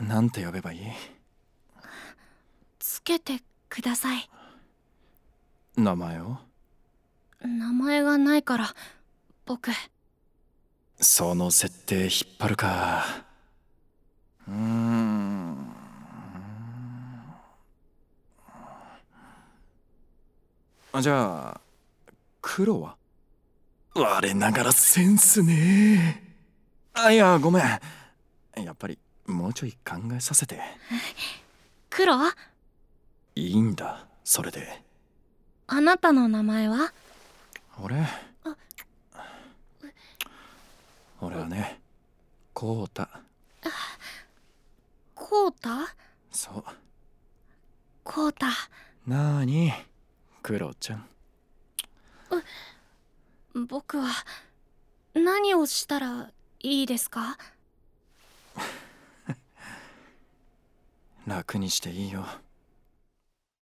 なんて呼べばいいつけてください名前を名前がないから僕その設定引っ張るかうーんあじゃあ黒は我ながらセンスねえあいやごめんやっぱりもうちょい考えさせて黒いいんだそれであなたの名前は俺俺はねこうたコウタそうコウタなーにクロちゃん僕は何をしたらいいですか楽にしていいよ